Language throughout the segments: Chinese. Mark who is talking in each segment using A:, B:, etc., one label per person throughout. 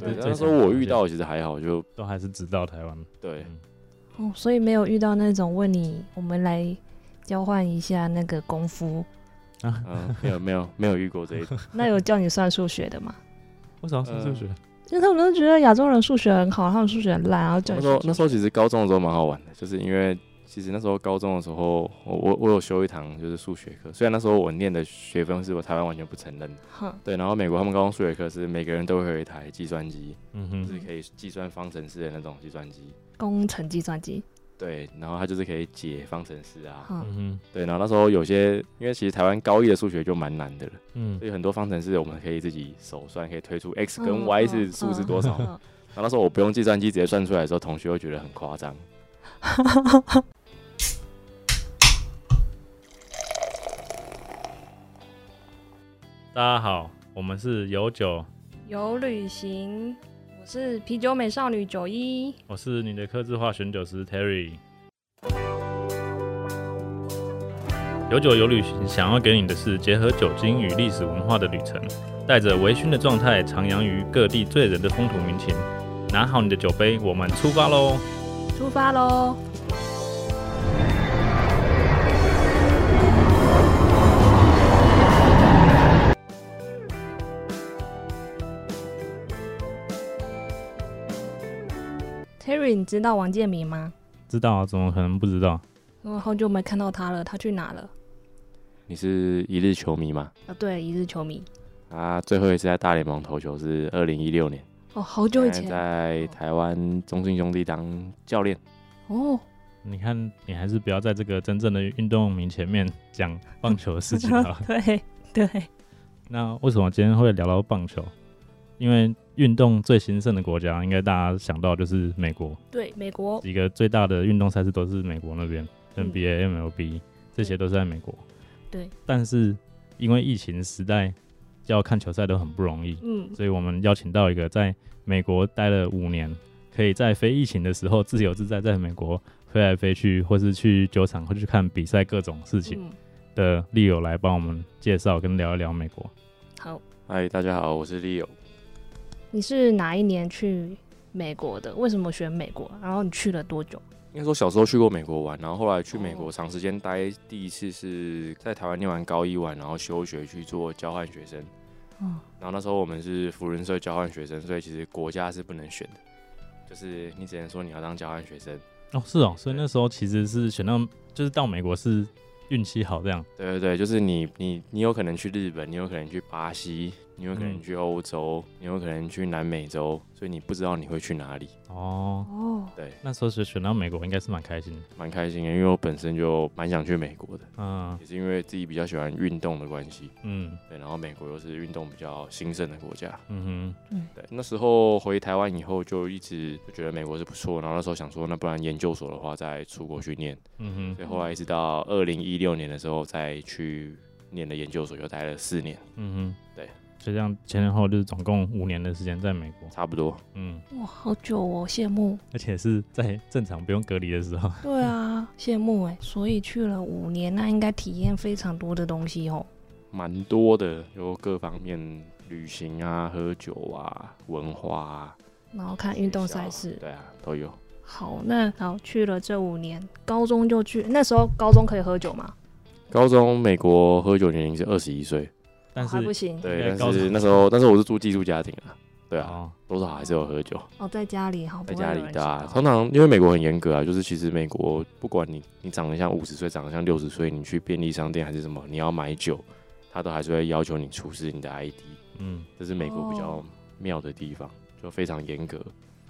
A: 那时候我遇到其实还好，就
B: 都还是知道台湾。嗯
A: 对
C: 哦，所以没有遇到那种问你，我们来交换一下那个功夫，
A: 嗯，没有没有没有遇过这 一种，
C: 那有叫你算数学的吗？
B: 为什么
A: 呃
B: 是数学？
C: 因为他们都觉得亚洲人数学很好，他们数学很烂，然后叫
A: 那
C: 你
A: 时候
C: 算数学
A: 那时候其实高中的时候蛮好玩的，就是因为其实那时候高中的时候，我我我有修一堂就是数学课，虽然那时候我念的学分是我台湾完全不承认的，
C: 哼
A: 对，然后美国他们高中数学课是每个人都会有一台计算机，
B: 嗯
A: 就
B: 哼，
A: 是可以计算方程式的那种计算机，
C: 工程计算机，
A: 对，然后它就是可以解方程式啊，
C: 哼
B: 嗯
A: 对，然后那时候有些因为其实台湾高一的数学就蛮难的了，
B: 哼，嗯
A: 所以很多方程式我们可以自己手算，可以推出 x 跟
C: 嗯
A: y
C: 嗯
A: 是数
C: 嗯
A: 是多少，然
C: 嗯
A: 后那时候我不用计算机直接算出来的时候，同学会觉得很夸张。
B: 大家好，我们是有酒，
D: 有旅行，我是啤酒美少女九一。
B: 我是你的客制化选酒师 Terry。有酒有旅行，想要给你的是结合酒精与历史文化的旅程，带着微醺的状态，徜徉于各地醉人的风土民情。拿好你的酒杯，我们出发喽！
D: 出发喽！
C: Terry，你知道王建民吗？
B: 知道啊，怎么可能不知道？
C: 我好久没看到他了，他去哪了？
A: 你是一日球迷嘛？
C: 啊，对，一日球迷。
A: 他最后一次在大联盟投球是二零一六年，
C: 哦，好久以
A: 现
C: 前
A: 在在台湾中信兄弟当教练。
C: 哦，。
B: 你看，你还是不要在这个真正的运动迷前面讲棒球的事情好了
C: 对对，
B: 那为什么今天会聊到棒球？因为运动最兴盛的国家，应该大家想到就是美国，
C: 对，美国，
B: 几个最大的运动赛事都是美国那边
C: 嗯
B: ，NBA、MLB 这些都是在美国。
C: 对，
B: 但是因为疫情时代，要看球赛都很不容易，
C: 嗯，
B: 所以我们邀请到一个在美国待了五年，可以在非疫情的时候自由自在在美国飞来飞去，或是去酒厂，或去看比赛各种事情
C: 嗯，
B: 的利友来帮我们介绍跟聊一聊美国。
C: 好，
A: 嗨，大家好，我是 Leo。
C: 你是哪一年去美国的？为什么选美国？然后你去了多久？
A: 应该说小时候去过美国玩，然后后来去美
C: 哦
A: 国长时间待，第一次是在台湾念完高一完，然后休学去做交换学生。
C: 嗯，
A: 然后那时候我们是福伦社交换学生，所以其实国家是不能选的，就是你只能说你要当交换学生。
B: 哦，是哦，所以那时候其实是选到，就是到美国是运气好这样。
A: 对对对，就是你你你有可能去日本，你有可能去巴西，你有可能
B: 嗯
A: 去欧洲，你有可能去南美洲，所以你不知道你会去哪里，
B: 哦，
C: 哦，
A: 对，
B: 那时候选选到美国应该是蛮开心的。
A: 蛮开心的，因为我本身就蛮想去美国的，
B: 嗯
A: 也是因为自己比较喜欢运动的关系，
B: 嗯
A: 对，然后美国又是运动比较兴盛的国家，
B: 嗯
A: 对，那时候回台湾以后就一直就觉得美国是不错，然后那时候想说，那不然研究所的话再出国去念，
B: 哼嗯
A: 所以后来一直到二零一六年的时候再去念的研究所，又待了四年，
B: 哼嗯哼，
A: 对，
B: 就这样前前后后就是总共五年的时间在美国。
A: 差不多。
B: 嗯，
C: 哇，好久哦，羡慕。
B: 而且是在正常不用隔离的时候。
C: 对啊， 羡慕哎。所以去了五年，那应该体验非常多的东西哦。
A: 蛮多的，有各方面旅行啊、喝酒啊、文化啊、
C: 然后看运动
A: 学校
C: 赛
A: 啊
C: 事。
A: 对啊，都有。
C: 好，那好去了这五年，高中就去，那时候高中可以喝酒吗？
A: 高中美国喝酒年龄是二十一岁，
B: 但是
C: 还不行
B: 应该
A: 对，
B: 高
A: 但是
B: 中
A: 那时候，但是我是住寄宿家庭啊，对啊，
B: 哦，
A: 多少还是有喝酒，
C: 哦，在家里好，
A: 在
C: 不会
A: 家
C: 有
A: 里
C: 人
A: 的、啊。
C: 知道
A: 通常因为美国很严格啊，就是其实美国不管你你长得像五十岁，长得像六十岁，你去便利商店还是什么，你要买酒，他都还是会要求你出示你的 ID，
B: 嗯，
A: 这是美国比较
C: 哦
A: 妙的地方，就非常严格。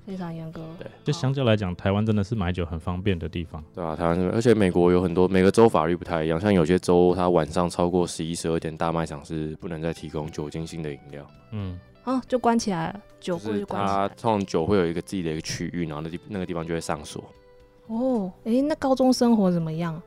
C: 非常严格。
A: 对
B: 就相较来讲，台湾真的是买酒很方便的地方。
A: 对啊，台湾这边，而且美国有很多每个州法律不太一样，像有些州它晚上超过十一、十二点，大卖场是不能再提供酒精性的饮料，
B: 嗯
C: 啊，就关起来了，酒
A: 就
C: 柜
A: 是
C: 就关起来
A: 它
C: 了。
A: 通常酒会有一个自己的一个区域，然后那地那个地方就会上锁。
C: 哦，诶、那高中生活怎么样？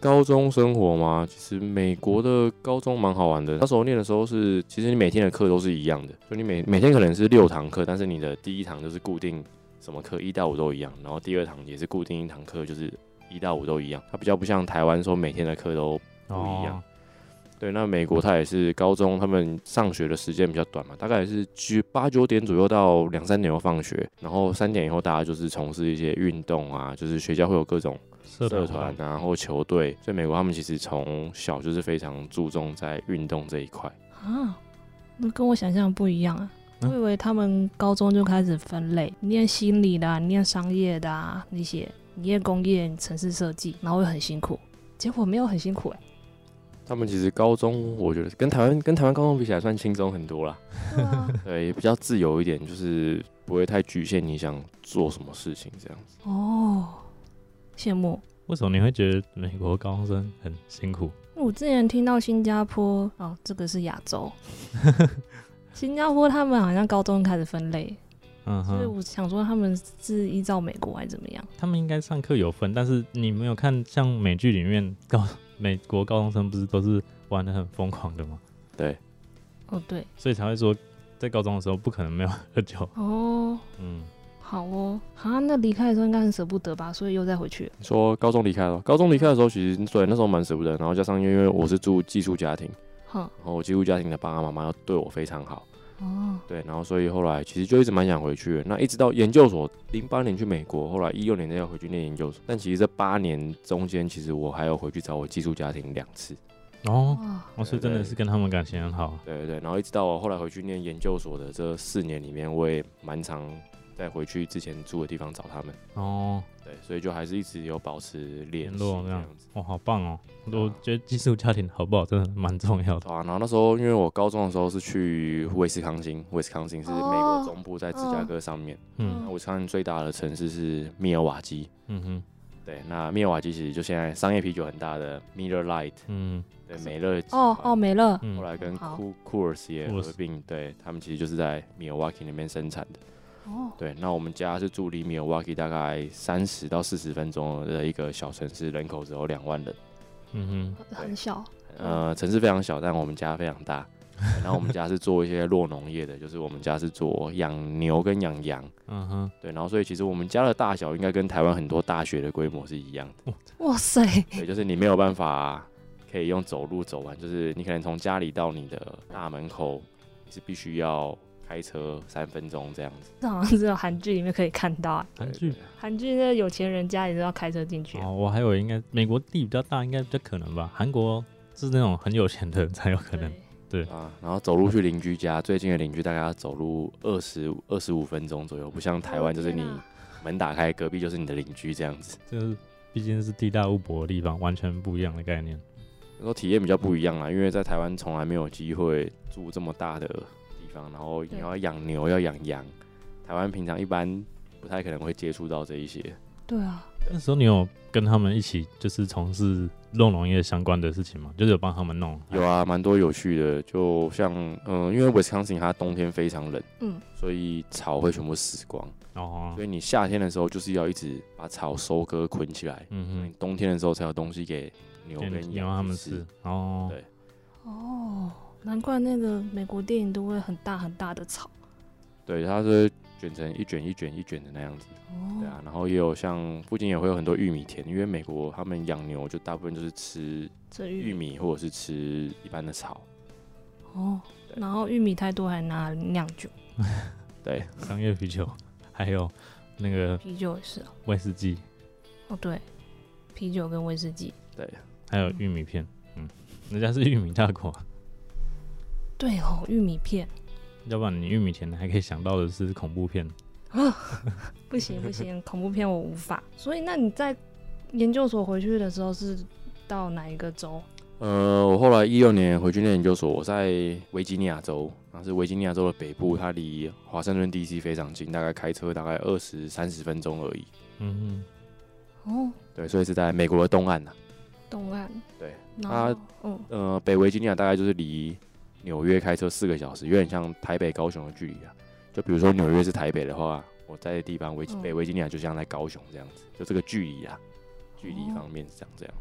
A: 高中生活嘛，其实美国的高中蛮好玩的。那时候念的时候是，其实你每天的课都是一样的，就你每每天可能是六堂课，但是你的第一堂就是固定什么课，一到五都一样，然后第二堂也是固定一
B: 哦
A: 堂课，就是一到五都一样。它比较不像台湾说每天的课都不一样。对，那美国它也是高中，他们上学的时间比较短嘛，大概也是九八九点左右到两三点就放学，然后三点以后大家就是从事一些运动啊，就是学校会有各种
B: 社
A: 社团啊或球队，所以美国他们其实从小就是非常注重在运动这一块。
C: 啊，那跟我想象的不一样啊！
B: 嗯
C: 我以为他们高中就开始分类，你念心理的啊、你念商业的啊那些，你念工业、城市设计，然后会很辛苦。结果没有很辛苦哎、
A: 他们其实高中我觉得跟台湾跟台湾高中比起来算轻松很 多啦，
C: 对啊，
A: 对，也比较自由一点，就是不会太局限你想做什么事情这样子。
C: 哦，羡慕。
B: 为什么你会觉得美国高中生很辛苦？
C: 我之前听到新加坡哦，这个是亚洲，新加坡他们好像高中开始分类，
B: 嗯
C: 所以
B: 哼，
C: 我想说他们是依照美国还是怎么样？
B: 他们应该上课有分，但是你没有看像美剧里面高美国高中生不是都是玩的很疯狂的吗？
C: 哦，对，
B: 所以才会说在高中的时候不可能没有喝酒。
C: 哦，
B: 嗯，
C: 好哦，啊，那离开的时候应该很舍不得吧，所以又再回去了。
A: 你说高中离开了，高中离开的时候其实对那时候蛮舍不得，然后加上因为我是住寄宿家庭，
C: 哼，
A: 然后我寄宿家庭的爸爸妈妈对我非常好，
C: 哦，
A: 对，然后所以后来其实就一直蛮想回去的。那一直到研究所，零八年去美国，后来一六年再要回去念研究所。但其实这八年中间，其实我还有回去找我寄宿家庭两次，
B: 哦，
C: 哇，
B: 我是真的是跟他们感情很好啊。
A: 对对对。然后一直到我后来回去念研究所的这四年里面，我也蛮常在回去之前住的地方找他们，
B: 哦，
A: 对，所以就还是一直有保持联
B: 联
A: 系
B: 络
A: 这
B: 这样
A: 样子。
B: 哇，好棒哦！
A: 对啊
B: 我觉得寄宿家庭好不好真的蛮重要的。
A: 对啊，然后那时候因为我高中的时候是去威斯康星，威斯康星是美
C: 哦
A: 国中部，在芝加哥上面。
B: 嗯
A: 那威斯康星最大的城市是密尔瓦基，
B: 嗯哼
A: 对，那密尔瓦基其实就现在商业啤酒很大的 Miller Light，
B: 嗯
A: 对，美乐集团
C: 哦哦，没了，
A: 后
B: 嗯，
A: 来跟
C: 好
A: 酷酷尔斯也
B: Coors
A: 合并，对他们其实就是在 Milwaukee 那边生产的。
C: 哦，
A: 对，那我们家是住离 Milwaukee 大概三十到四十分钟的一个小城市，人口只有两万人。
B: 嗯哼，
C: 很小，
A: 呃，城市非常小，但我们家非常大。对然后我们家是做一些弱农业的，就是我们家是做养牛跟养羊，
B: 嗯哼，
A: 对，然后所以其实我们家的大小应该跟台湾很多大学的规模是一样的。
C: 哇塞，
A: 对，就是你没有办法可以用走路走完，就是你可能从家里到你的大门口，你是必须要开车三分钟这样子。
C: 这好像只有韩剧里面可以看到、啊，
B: 韩
A: 对
B: 剧
A: 对
C: 韩剧那有钱人家里都要开车进去啊、
B: 哦，我还以为应该美国地比较大，应该比较可能吧。韩国是那种很有钱的人才有可能。
C: 对
A: 啊，然后走路去邻居家，最近的邻居大概要走路二十二十五分钟左右，不像台
C: 哦
A: 湾就是
D: 天
A: 你
D: 啊
A: 门打开，隔壁就是你的邻居这样子。
B: 就是毕竟是地大物博的地方，完全不一样的概念。
A: 然后体验比较不一样啦，因为在台湾从来没有机会住这么大的地方，然后你
C: 对
A: 要养牛要养羊，台湾平常一般不太可能会接触到这一些。
C: 对啊，
B: 那时候你有跟他们一起就是从事弄农业相关的事情吗？就是有帮他们弄。
A: 有啊，蛮多有趣的，就像嗯、因为 Wisconsin 它冬天非常冷，
C: 嗯，
A: 所以草会全部死光，
B: 哦
A: 所，以你夏天的时候就是要一直把草收割捆起来，
B: 嗯
A: 冬天的时候才有东西给牛
B: 哼，
A: 跟
B: 你让
A: 羊
B: 他们
A: 吃
B: 吃。。哦，
A: 对
C: 哦，难怪那个美国电影都会很大很大的草，
A: 对，它是卷成一卷一卷一卷的那样子，
C: 哦，
A: 对啊。然后也有像附近也会有很多玉米田，因为美国他们养牛就大部分就是吃
C: 这
A: 玉
C: 玉米，
A: 米或者是吃一般的草，
C: 哦，
A: 对
C: 然后玉米太多还拿来酿酒，
A: 对。
B: 商业啤酒， 还有那个
C: 啤酒也是哦，
B: 威士忌，
C: 哦对，啤酒跟威士忌，
B: 还有玉米片。嗯，人家是玉米大国，啊
C: 对哦，玉米片
B: 要不然你玉米田还可以想到的是恐怖片。
C: 不行不行，恐怖片我无法，所以那你在研究所回去的时候是到哪一个州？
A: 呃，我后来一六年回去念研究所，我在维吉尼亚州，那是维吉尼亚州的北部，它离华盛顿 D.C. 非常近，大概开车大概二十三十分钟而已。
B: 嗯
C: 哦，
A: 对，所以是在美国的东岸啊呐、
C: 东岸，
A: 对，
C: 然
A: 啊
C: 后嗯，
A: 呃，北维吉尼亚大概就是离纽约开车四个小时，有点像台北高雄的距离啊。就比如说纽约是台北的话，我在的地方维吉
C: 嗯
A: 北维吉尼亚就像在高雄这样子，就这个距离啊，距离
C: 哦
A: 方面是这样这样。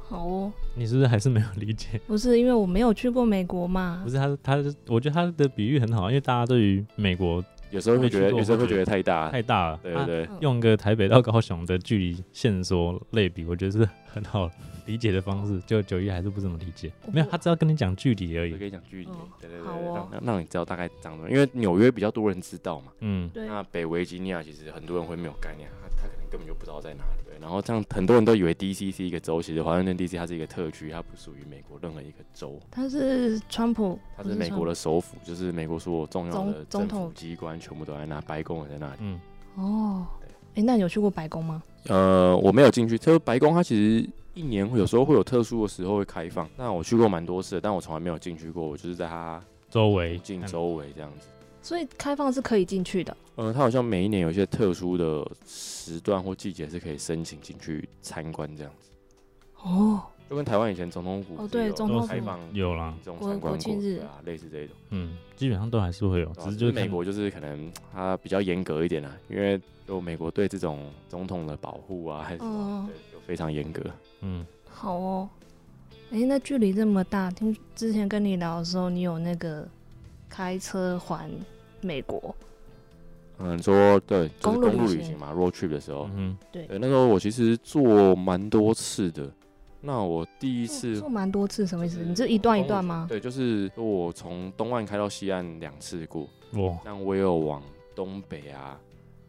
C: 好哦，
B: 哼，你是不是还是没有理解？
C: 不是因为我没有去过美国嘛
B: 不，是他，他是我觉得他的比喻很好，因为大家对于美国
A: 有时候会觉得，
B: 没去过
A: 有时候会觉得太大，
B: 太大了。
A: 对
B: 啊
A: 对对，
B: 用个台北到高雄的距离线索类比，我觉得是很好理解的方式。就九一还是不怎么理解，没有，他只要跟你讲距离而
A: 哦我
B: 已。
A: 跟你讲距离
C: 哦，
A: 对对对
C: 好
A: 对，
C: 哦
A: 让让你知道大概长什么，因为纽约比较多人知道嘛。
B: 嗯，
C: 对，
A: 那北维吉尼亚其实很多人会没有概念，他他可能根本就不知道在哪里。对，然后这样很多人都以为 DC 是一个州，其实华盛顿 DC 它是一个特区，它不属于美国任何一个州，
C: 他是川普，
A: 它
C: 不
A: 是美
C: 川
A: 国
C: 普
A: 的首府，就是美国所有重要的
C: 总
A: 政
C: 总统
A: 府机关全部都在那，白宫也在那里。
B: 嗯，
C: 哦。哎，那你有去过白宫吗？
A: 呃，我没有进去，就是白宫它其实一年会有时候会有特殊的时候会开放，那我去过蛮多次的，但我从来没有进去过，我就是在它
B: 周围嗯
A: 近
B: 看
A: 周围这样子。
C: 所以开放是可以进去的。
A: 呃，它好像每一年有一些特殊的时段或季节是可以申请进去参观这样子，
C: 哦，
A: 就跟台湾以前总统府
C: 哦
A: 是
C: 对
A: 有
C: 总
B: 统府
A: 开放
B: 有啦，
A: 这种
C: 国
A: 参观
C: 国庆
A: 过
C: 日
A: 对啊，类似这种。
B: 嗯，基本上都还是会有，
A: 对
B: 只
A: 啊
B: 是
A: 就
B: 就是是
A: 美
B: 看
A: 国就是可能它比较严格一点啦，因为就美国对这种总统的保护啊，还是什么
C: 嗯
A: 对有非常严格。
B: 嗯，
C: 好哦。哎，那距离这么大，听之前跟你聊的时候，你有那个开车环美国，
A: 嗯，说对，就是
C: 公路
A: 公路
C: 旅
A: 旅
C: 行
A: 行嘛，road trip 的时候，
B: 嗯
A: 对，那时候我其实做蛮多次的。那我第一次
C: 做蛮多次，什么意思？
A: 就是
C: 你这一段一段吗？
A: 对，就是我从东岸开到西岸两次过，
B: 哼，哇，
A: 但我也有往东北啊，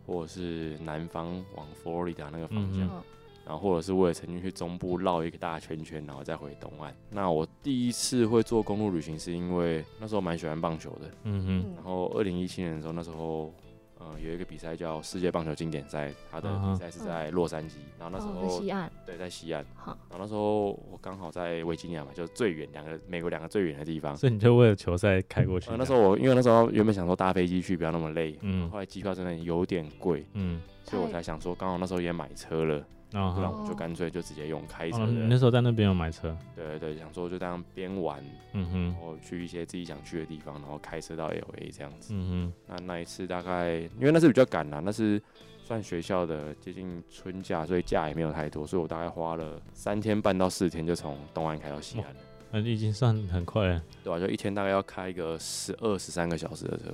A: 或者是南方往佛罗里达那个方向，
B: 嗯
C: 嗯
A: 然后或者是我也曾经去中部绕一个大圈圈，然后再回东岸。那我第一次会做公路旅行，是因为那时候蛮喜欢棒球的，
B: 嗯哼，
C: 嗯
A: 然后二零一七年的时候，那时候。呃，有一个比赛叫世界棒球经典赛，它的
B: 嗯哼
A: 比赛是在洛杉矶，然后那时
C: 哦，
A: 候、
C: 在西岸，
A: 对在西岸，
C: 好，
A: 然后那时候我刚好在维吉尼亚嘛，就是最远两个美国两个最远的地方。
B: 所以你就为了球赛开过去的，，
A: 呃那时候我因为那时候原本想说搭飞机去不要那么累，
B: 嗯
A: 后来机票真的有点贵，
B: 嗯，
A: 所以我才想说刚好那时候也买车了，
B: 然
A: 不然
B: 后
A: 我就干脆就直接用开车
B: 嗯哦，你那
A: 的。
B: 时候在那边有买车，
A: 对对对，想说就这样边玩，
B: 嗯
A: 然
B: 哼，
A: 后去一些自己想去的地方，然后开车到 L A 这样子。
B: 嗯
A: 那那一次大概因为那次比较赶啦，那是算学校的接近春假，所以假也没有太多，所以我大概花了三天半到四天就从东岸开到西岸了。
B: 哼，那已经算很快了。
A: 对啊吧、就一天大概要开个十二十三个小时的车。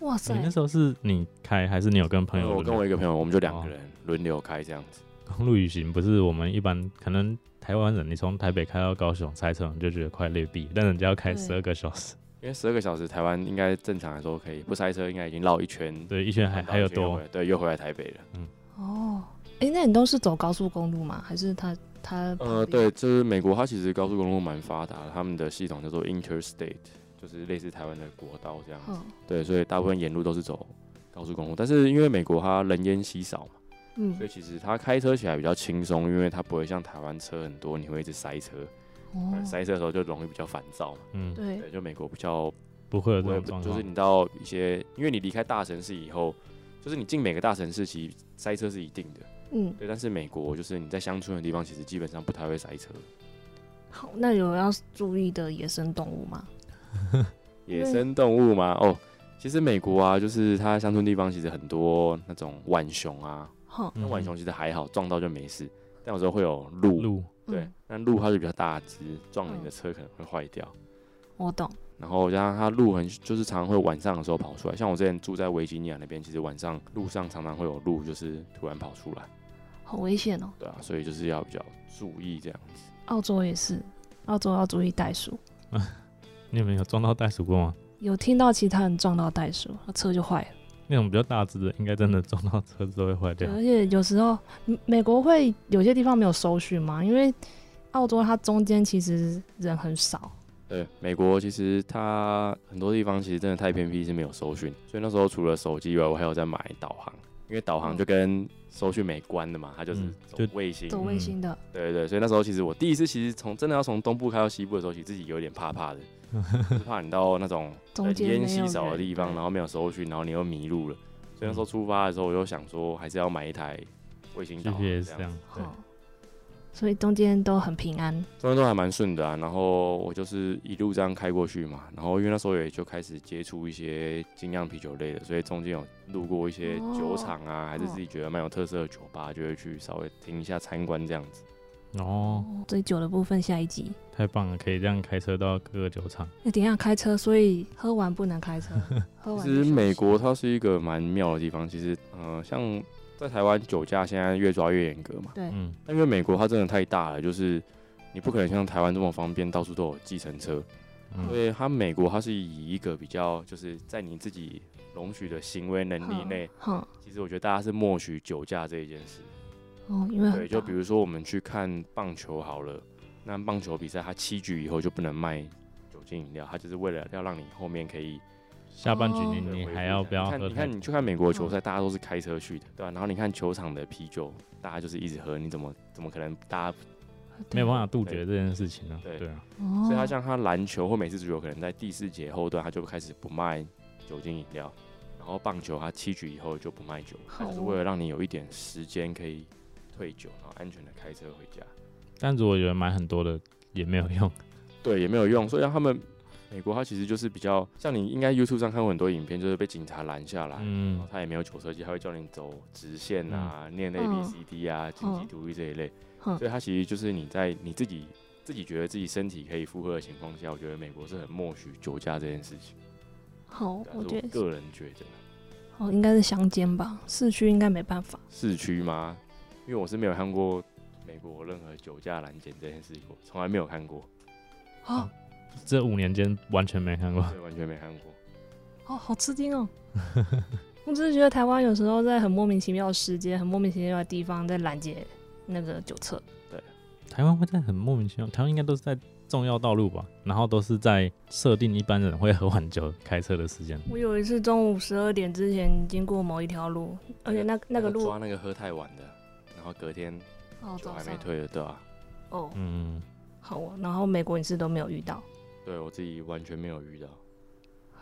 C: 哇塞
B: 你，那时候是你开还是你有跟朋友？
A: 我跟我一个朋友，我们就两
B: 哦
A: 个人轮流开这样子。
B: 公路旅行不是我们一般可能台湾人，你从台北开到高雄塞车你就觉得快累毙，但人家要开
C: 对
B: 十二个小时，
A: 因为十二个小时，台湾应该正常来说可以不塞车，应该已经绕一圈，
B: 对，一圈还
A: 环岛
B: 还有
A: 一圈又
B: 多
A: 回，来对，又回来台北了。
C: 哦，哎，那你都是走高速公路吗？还是他他
A: 呃，对，就是美国，它其实高速公路蛮发达的，他们的系统叫做 Interstate，就是类似台湾的国道这样子。
C: 嗯
A: 对，所以大部分沿路都是走高速公路，但是因为美国它人烟稀少嘛，所以
C: 嗯
A: 其实它开车起来比较轻松，因为它不会像台湾车很多，你会一直塞车，
C: 哦，
A: 塞车的时候就容易比较烦躁嘛。
B: 嗯，
C: 对
A: 对，就美国比较
B: 不会有这
A: 我也
B: 种
A: 不
B: 状
A: 就是
B: 况，
A: 你到一些，因为你离开大城市以后，就是你进每个大城市，其实塞车是一定的。
C: 嗯
A: 对，但是美国就是你在乡村的地方，其实基本上不太会塞车。
C: 好，那有要注意的野生动物吗？
A: 野生动物吗？哦，其实美国啊，就是它乡村地方其实很多那种浣熊啊，
C: 哼，
A: 那
B: 嗯
A: 浣熊其实还好，撞到就没事，但有时候会有鹿。
B: 路，
A: 对
C: 嗯，，
A: 那鹿它就比较大只，撞你
C: 嗯
A: 的车可能会坏掉。
C: 我懂。
A: 然后加上它鹿很，就是常常会晚上的时候跑出来。像我之前住在维吉尼亚那边，其实晚上路上常常会有鹿，就是突然跑出来。
C: 好危险哦！
A: 对啊，所以就是要比较注意这样子。
C: 澳洲也是，澳洲要注意袋鼠。
B: 你有没有撞到袋鼠过吗？
C: 有听到其他人撞到袋鼠，那车就坏了。
B: 那种比较大只的，应该真的撞到车子都会坏
C: 对，
B: 掉。
C: 而且有时候嗯美国会有些地方没有搜寻嘛，因为澳洲它中间其实人很少。
A: 对，美国其实它很多地方其实真的太偏僻是没有搜寻，所以那时候除了手机以外，我还有在买导航，因为导航就跟搜寻没关的嘛，它就是
B: 嗯
A: 走
B: 就
A: 卫星。
C: 走卫星的，
A: 对对对，所以那时候其实我第一次其实从真的要从东部开到西部的时候，其实自己有点 怕怕的，就是怕你到那种
C: 中间
A: 呃烟
C: 没有
A: 稀少的
C: 人
A: 地方，
C: 对
A: 然后没有搜寻，然后你又迷路了。
B: 嗯
A: 所以那时候出发的时候，我就想说还是要买一台卫星导航这
B: GPS 这
A: 样
B: 样，对，
C: 哦所以中间都很平安。
A: 中间都还蛮顺的啊。然后我就是一路这样开过去嘛，然后因为那时候也就开始接触一些精酿啤酒类的，所以中间有路过一些酒厂啊，还是自己觉得蛮有特色的酒吧，就会去稍微停一下参观这样子。
B: 哦，
C: 最久的部分下一集。
B: 太棒了，可以这样开车到各个酒厂。
C: 那等一下开车，所以喝完不 能开车，喝完
A: 其
C: 就休
A: 实
C: 息
A: 美国它是一个蛮妙的地方，其实呃，像在台湾酒驾现在越抓越严格嘛，
C: 对
B: 嗯，
A: 但因为美国它真的太大了，就是你不可能像台湾这么方便，到处都有计程车，
B: 嗯
A: 所以它美国它是以一个比较就是在你自己容许的行为能力内，
C: 哼
A: 其实我觉得大家是默许酒驾这一件事。
C: 哦，因为很
A: 对，就
C: 大
A: 比如说我们去看棒球好了，那棒球比赛它七局以后就不能卖酒精饮料，它就是为了要让你后面可以
B: 下半局
C: 哦
B: 你
A: 对
B: 你
A: 恢复
B: 还
A: 一
B: 要
A: 下
B: 不要
A: 你
B: 喝
A: 看，
B: 太
A: 你看，你去看美国的球赛，大家都是开车去的，对吧、然后你看球场的啤酒，大家就是一直喝，你怎么怎么可能大家？
B: 没有办法
C: 法
B: 杜绝这件事情啊。
A: 对
B: 对啊，
C: 哦，
A: 所以它像它篮球或美式足球，可能在第四节后段，它就开始不卖酒精饮料，然后棒球它七局以后就不卖酒，它就是
C: 好哦
A: 为了让你有一点时间可以退酒，然后安全的开车回家。
B: 但如果有人买很多的也没有 用。
A: 对，也没有用。所以他们美国，它其实就是比较像你应该 YouTube 上看过很多影片，就是被警察拦下来，然
B: 嗯
A: 后，他也没有酒车机，他会叫你走直线啊，念 A B C D 啊，经济独立这一类。
C: 嗯
A: 所以它其实就是你在你自己自己觉得自己身体可以负荷的情况下，我觉得美国是很默许酒驾这件事情。
C: 好，
A: 对啊
C: 我
A: 是
C: 觉
A: 我
C: 得
A: 个人觉得
C: 哦，应该是乡间吧，市区应该没办法。
A: 市区吗？因为我是没有看过美国任何酒驾拦截这件事情，我从来没有看过，
B: 嗯
C: 哦
B: 这五年间完全没看过。
A: 对，完全没看过。
C: 哦，好吃惊 哦！我只是觉得台湾有时候在很莫名其妙的时间、很莫名其妙的地方在拦截那个酒测，
B: 台湾会在很莫名其妙，台湾应该都是在重要道路吧，然后都是在设定一般人会喝完酒开车的时间。
C: 我有一次中午十二点之前经过某一条路，而且那那个路
A: 抓那个喝太晚的，然后隔天
C: 哦
A: 酒
C: 早
A: 还
C: 上
A: 没退的，对吧、
C: 哦
B: 嗯，
C: 好哦，然后美国你是都没有遇到
A: 对我自己完全没有遇到。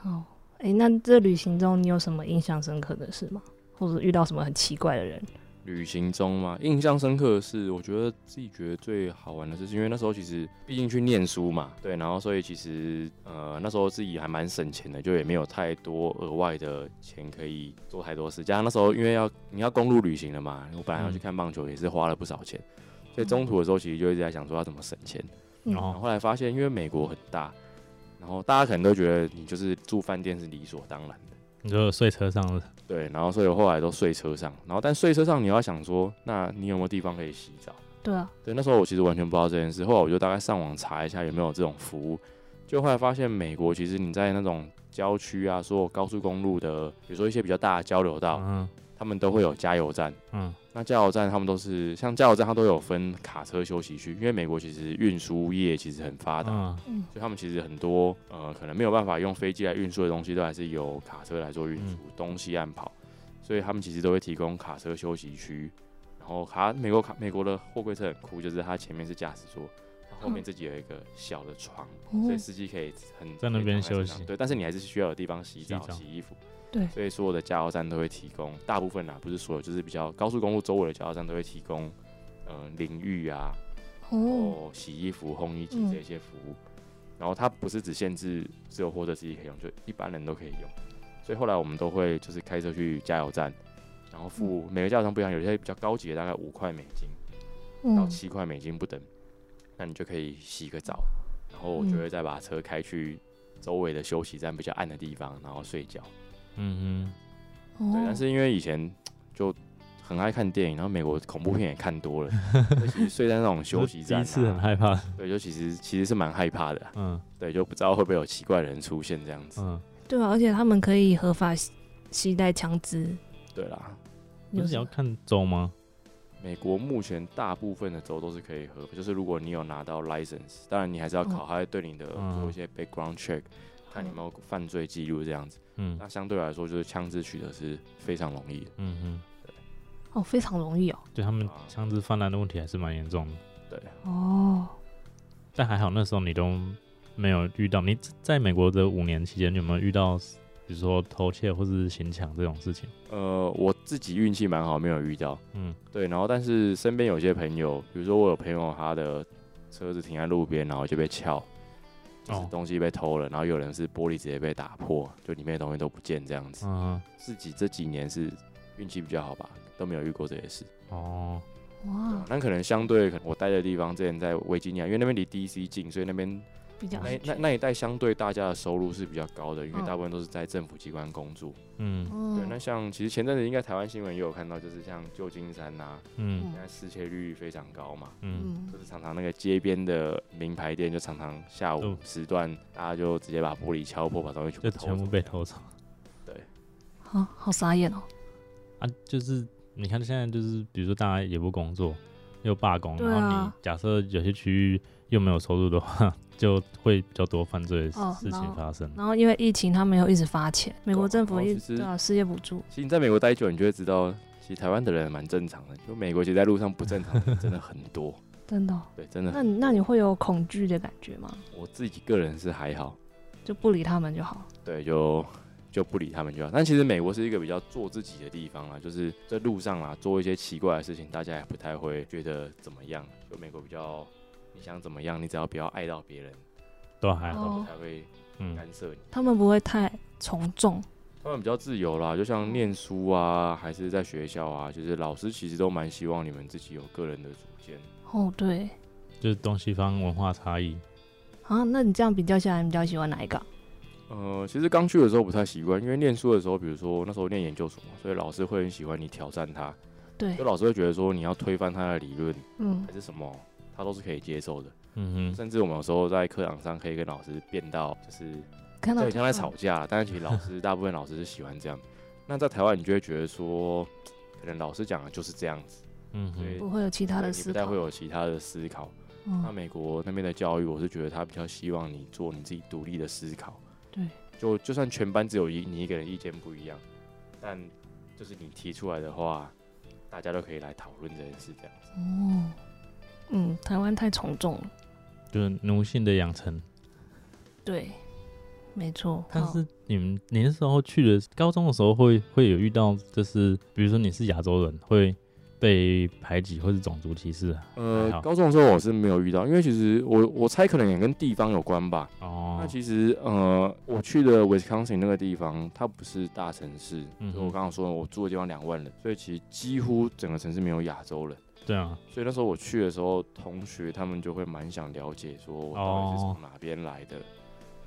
C: 哦，哎、那这旅行中你有什么印象深刻的事吗？或者遇到什么很奇怪的人？
A: 旅行中嘛，印象深刻的是，我觉得自己觉得最好玩的是，因为那时候其实毕竟去念书嘛，对，然后所以其实呃那时候自己还蛮省钱的，就也没有太多额外的钱可以做太多事。加上那时候因为要你要公路旅行了嘛，我本来要去看棒球，也是花了不少钱，所以中途的时候其实就一直在想说要怎么省钱。
C: 嗯
B: 然
A: 然后
B: 后
A: 后来发现，因为美国很大，然后大家可能都觉得你就是住饭店是理所当然的，
B: 你就睡车上了，
A: 对。然后所以我后来都睡车上，然后但睡车上你要想说，那你有没有地方可以洗澡？
C: 对啊，
A: 对，那时候我其实完全不知道这件事，后来我就大概上网查一下有没有这种服务，就后来发现美国其实你在那种郊区啊，所有高速公路的，比如说一些比较大的交流道，
B: 嗯
A: 他们都会有加油站。
B: 嗯，
A: 那加油站他们都是像加油站，它都有分卡车休息区，因为美国其实运输业其实很发达，
B: 嗯
C: 嗯，
A: 所以他们其实很多呃，可能没有办法用飞机来运输的东西，都还是由卡车来做运
B: 嗯
A: 输，东西岸跑。所以他们其实都会提供卡车休息区，然后卡美国卡美国的货柜车很酷，就是它前面是驾驶座，它后面
C: 嗯
A: 自己有一个小的床，所以
C: 哦，
A: 司机可以很
B: 在那边休息
A: 可以躺身上对，但是你还是需要有地方洗澡
B: 洗、澡
A: 洗衣服。
C: 对
A: 所以所有的加油站都会提供，大部分啊不是所有，就是比较高速公路周围的加油站都会提供，呃，淋浴啊，
C: 哦，
A: 哦，洗衣服、烘衣机
C: 嗯
A: 这些服务。然后它不是只限制只有货车司机可以用，就一般人都可以用。所以后来我们都会就是开车去加油站，然后付每个加油站不一样，有些比较高级的大概五块美金到
C: 嗯，
A: 七块美金不等，那你就可以洗个澡，然后我就
C: 嗯
A: 会再把车开去周围的休息站比较暗的地方，然后睡觉。
B: 嗯
A: 对，但
C: 哦，
A: 是因为以前就很爱看电影，然后美国恐怖片也看多了，所以其实睡在那种
B: 哼，
A: 休息
B: 第
A: 站、
B: 一次很
A: 啊，
B: 害怕，
A: 对，就其实其实是蛮害怕的啊、
B: 嗯
A: 对，就不知道会不会有奇怪的人出现这样子，
B: 嗯，
C: 对啊，而且他们可以合法携携带枪支，
A: 对啦。
B: 不
C: 有
B: 是
C: 时
B: 要
C: 候
B: 看州吗？
A: 美国目前大部分的州都是可以合，就是如果你有拿到 license，当然你还是要考，
C: 嗯
A: 还会对你的
B: 嗯
A: 做一些 background check，、看你有没有犯罪记录这样子。
B: 嗯
A: 那相对来说，就是枪支取得是非常容易的。
B: 嗯嗯，
C: 哦，非常容易哦，
B: 对他
A: 啊
B: 们枪支泛滥的问题还是蛮严重的，
A: 对，
C: 哦，
B: 但还好那时候你都没有遇到。你在美国的五年期间，你有没有遇到比如说偷窃或是行抢这种事情？
A: 呃，我自己运气蛮好，没有遇到。
B: 嗯
A: 对，然后但是身边有些朋友，比如说我有朋友他的车子停在路边，然后就被撬，就是
B: 哦
A: 东西被偷了，然后有人是玻璃直接被打破，就里面的东西都不见这样子。
B: 嗯
A: 自己这几年是运气比较好吧，都没有遇过这些事。
B: 哦，
C: 哇，
A: 那可能相对可能我待的地方之前在维吉尼亚，因为那边离 D.C. 近，所以那边
C: 比较
A: 那
C: 安
A: 那
C: 全。
A: 那一带相对大家的收入是比较高的，因为
C: 嗯
A: 大部分都是在政府机关工作。
B: 嗯
C: 嗯
A: 对，那像其实前阵子应该台湾新闻也有看到，就是像旧金山呐、啊
B: 嗯
A: 现在失窃率非常高嘛，
B: 嗯
C: 嗯
A: 就是常常那个街边的名牌店，就常常下午
B: 嗯
A: 时段，大家就直接把玻璃敲破，把东西
B: 就
A: 全部偷
B: 全部
A: 走。
B: 被偷走
C: 好好傻眼哦。
B: 啊！就是你看现在就是，比如说大家也不工作，又罢工，
C: 对啊
B: 然后你假设有些区域又没有收入的话， 就会比较多犯罪的
C: 哦
B: 事
C: 然后
B: 情发生。
C: 然后因为疫情，他们又一直发钱，美国政府
A: 然后
C: 一
A: 其实
C: 对啊失业补助，
A: 其实你在美国待久，你就会知道，其实台湾的人蛮正常的，就美国其实在路上不正常的人真的很多，
C: 真的哦、
A: 对，真的
C: 那
A: 很。
C: 你那你会有恐惧的感觉吗？
A: 我自己个人是还好，
C: 就不理他们就好。
A: 对，就就不理他们就啊好。但其实美国是一个比较做自己的地方啦，就是在路上啦做一些奇怪的事情，大家也不太会觉得怎么样。就美国比较，你想怎么样，你只要不要碍到别人，
B: 都还好，
A: 他不
C: 哦，
A: 太会
B: 嗯
A: 干涉你。
C: 他们不会太从众，
A: 他们比较自由啦，就像念书啊，还是在学校啊，就是老师其实都蛮希望你们自己有个人的主见。
C: 哦，对
B: 就是东西方文化差异，
C: 啊，那你这样比较下来，你比较喜欢哪一个？
A: 呃，其实刚去的时候不太习惯，因为念书的时候，比如说那时候念研究所嘛，所以老师会很喜欢你挑战他，
C: 对
A: 就，老师会觉得说你要推翻他的理论
C: 嗯
A: 还是什么，他都是可以接受的。
B: 嗯哼，
A: 甚至我们有时候在课堂上可以跟老师辩到，就是
C: 看
A: 就
C: 到
A: 很像在吵架，但是其实老师大部分老师是喜欢这样。那在台湾，你就会觉得说，可能老师讲的就是这样子，
B: 嗯哼，
A: 对
C: 不会有其他
A: 对
C: 的
A: 你不
C: 思
A: 太
C: 考，
A: 会有其他的思考。那
C: 嗯，
A: 美国那边的教育，我是觉得他比较希望你做你自己独立的思考。
C: 对，
A: 就就算全班只有一你一个人意见不一样，但就是你提出来的话，大家都可以来讨论这件事，这样子。
C: 哦，嗯，台湾太从众了，
B: 就是奴性的养成。
C: 对，没错，
B: 但
C: 好
B: 是你们你那时候去的高中的时候会会有遇到，就是比如说你是亚洲人会被排挤或是种族歧视啊还好
A: 呃，高中的时候我是没有遇到，因为其实我我猜可能也跟地方有关吧。那
B: 哦，
A: 其实呃，我去的 Wisconsin 那个地方，它不是大城市，
B: 嗯哼
A: 就我刚刚说我住的地方两万人，所以其实几乎整个城市没有亚洲人。
B: 对啊，
A: 所以那时候我去的时候，同学他们就会蛮想了解，说我到底是从哪边来的。
B: 哦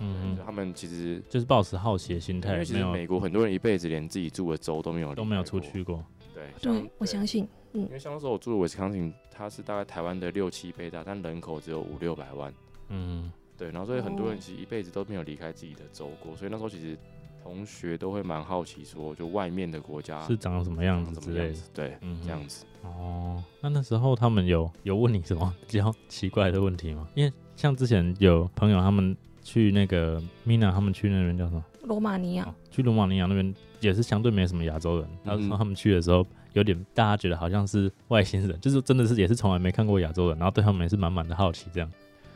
B: 嗯
A: 就
B: 哼，
A: 他们其实，
B: 就是抱持好奇的心
A: 啊因
B: 态
A: 为，其
B: 没
A: 实
B: 有
A: 美国很多人一辈子连自己住的州都没有
B: 都没有
A: 离开过
B: 出。去过，
A: 对，像
C: 对我相。信，
A: 因为像那时候我住的 Wisconsin，它是大概台湾的六七倍大，但人口只有五六百万。
B: 嗯，
A: 对，然后所以很多人
C: 哦
A: 其实一辈子都没有离开自己的州过，所以那时候其实同学都会蛮好奇说，就外面的国家
B: 是长什么样
A: 啊长
B: 子
A: 怎
B: 之
A: 么
B: 类
A: 样
B: 的，
A: 子，对，
B: 嗯哼，
A: 这样子。
B: 哦，那那时候他们有有问你什么比较 奇怪的问题吗？因为像之前有朋友他们去那个 Mina，他们去那边叫什么？
C: 罗马尼亚
B: 哦去罗马尼亚那边也是相对没什么亚洲人，他
A: 嗯
B: 说
A: 哼
B: 他们去的时候有点大家觉得好像是外星人，就是真的是也是从来没看过亚洲人，然后对他们也是满满的好奇这样。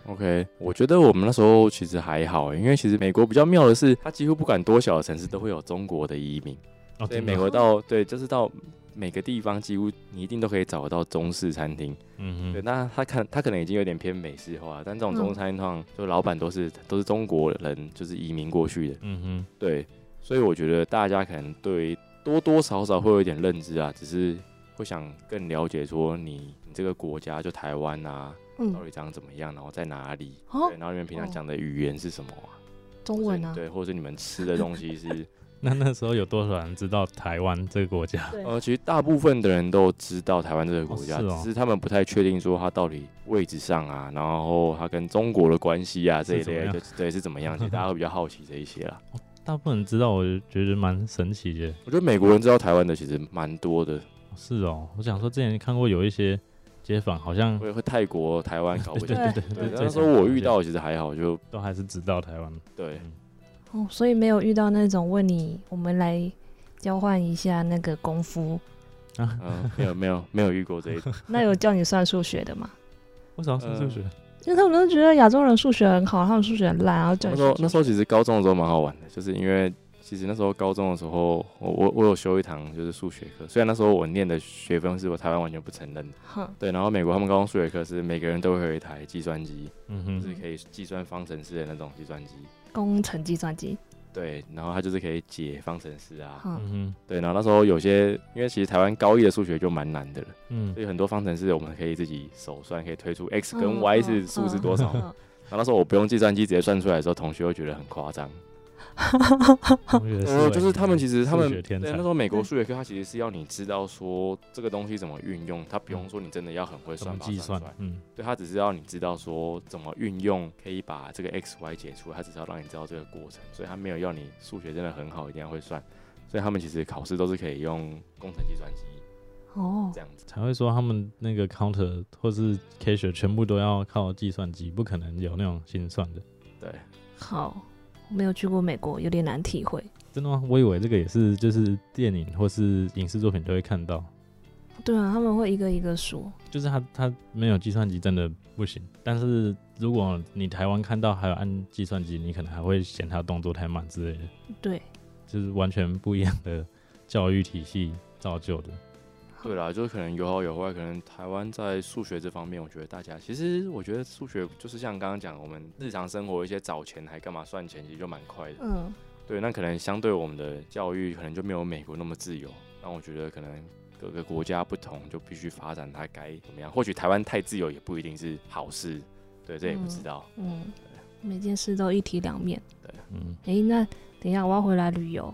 A: OK，我觉得我们那时候其实还好欸，因为其实美国比较妙的是，它几乎不管多小的城市都会有中国的移民，
B: 哦，
A: 所以
B: 真的
A: 美
B: 哦
A: 国到对，就是到每个地方几乎你一定都可以找得到中式餐厅。
B: 嗯
A: 对，
B: 嗯，
A: 那他看他可能已经有点偏美式化，但这种中
C: 嗯
A: 式餐厅通常就老板都是都是中国人，就是移民过去的。
B: 嗯哼，
A: 对，所以我觉得大家可能对多多少少会有一点认知啊，只是会想更了解说你你这个国家就台湾啊，
C: 嗯
A: 到，底长怎么样，然后在哪里，
C: 哦
A: 对，然后你们平常
C: 哦
A: 讲的语言是什么啊？
C: 中文啊，
A: 对，或者是你们吃的东西是，
B: 那那时候有多少人知道台湾这个国家？
C: 对
A: 呃，其实大部分的人都知道台湾这个国家，
B: 是哦
A: 只是他们不太确定说它到底位置上啊，然后它跟中国的关系啊这一
B: 是怎么
A: 类
B: 样
A: 的，对是怎么样，其实大家会比较好奇这一些 啦。
B: 大部分人知道，我就觉得蛮神奇的。
A: 我觉得美国人知道台湾的其实蛮多的，
B: 哦是哦，我想说之前看过有一些街访，好像
A: 会会泰国、台湾搞不
B: 对
A: 清
B: 对
C: 对
B: 对
A: 对，
B: 对，
A: 那时候我遇到其实还好，就
B: 都还是知道台湾。
A: 对
C: 哦，所以没有遇到那种问你，我们来交换一下那个功夫，
A: 嗯，没有没有没有遇过这一种。
C: 那有叫你算数学的吗？
B: 为什么要算数
A: 呃
B: 学？
C: 因为他们都觉得亚洲人数学很好，他们数学很烂，然后叫
A: 那
C: 你
A: 时候
C: 算数
A: 那时候其实高中的时候蛮好玩的，就是因为其实那时候高中的时候，我我我有修一堂就是数学课，虽然那时候我念的学分是我台湾完全不承认的，
C: 哼，
A: 对，然后美国他们高中数学课是每个人都会有一台计算机，
B: 嗯
A: 就
B: 哼，
A: 是可以计算方程式的那种计算机，
C: 工程计算机，
A: 对，然后他就是可以解方程式啊，
C: 嗯，
B: 嗯
A: 对，然后那时候有些，因为其实台湾高一的数学就蛮难的了，
B: 哼，嗯
A: 所以很多方程式我们可以自己手算，可以推出 x
C: 嗯
A: 跟
C: 嗯
A: y 是数字多少。
C: 嗯
A: 然后那时候我不用计算机直接算出来的时候，同学会觉得很夸张。
B: 同学
C: 嗯
A: 呃，
B: 思维
A: 就是他们其实他们
B: 数学天才
A: 对那时候美国数学课，它其实是要你知道说这个东西怎么运用，它不用说你真的要很会
B: 嗯怎么
A: 算把它
B: 计
A: 算
B: 算
A: 出来，？
B: 嗯
A: 对，它只是要你知道说怎么运用，可以把这个 x y 解出来，它只是要让你知道这个过程，所以它没有要你数学真的很好，一定要会算。所以他们其实考试都是可以用工程计算机
C: 哦
A: 这，样子。
B: 才会说他们那个 counter 或是 cashier 全部都要靠计算机，不可能有那种心算的。
A: 对，
C: 好，我没有去过美国，有点难体会。
B: 真的吗？我以为这个也是就是电影或是影视作品都会看到，
C: 对啊，他们会一个一个说，
B: 就是他他没有计算机真的不行。但是如果你台湾看到还有按计算机，你可能还会嫌他动作太慢之类的，
C: 对，
B: 就是完全不一样的教育体系造就的。
A: 对啦，就是可能有好有坏，可能台湾在数学这方面，我觉得大家其实我觉得数学就是像刚刚讲，我们日常生活一些找钱还干嘛算钱，其实就蛮快的。
C: 嗯，
A: 对，那可能相对我们的教育，可能就没有美国那么自由。那我觉得可能各个国家不同，就必须发展它该怎么样。或许台湾太自由也不一定是好事，对，这也不知道。
C: 嗯，每件事都一体两面。
B: 嗯，
C: 诶，那等一下我要回来旅游，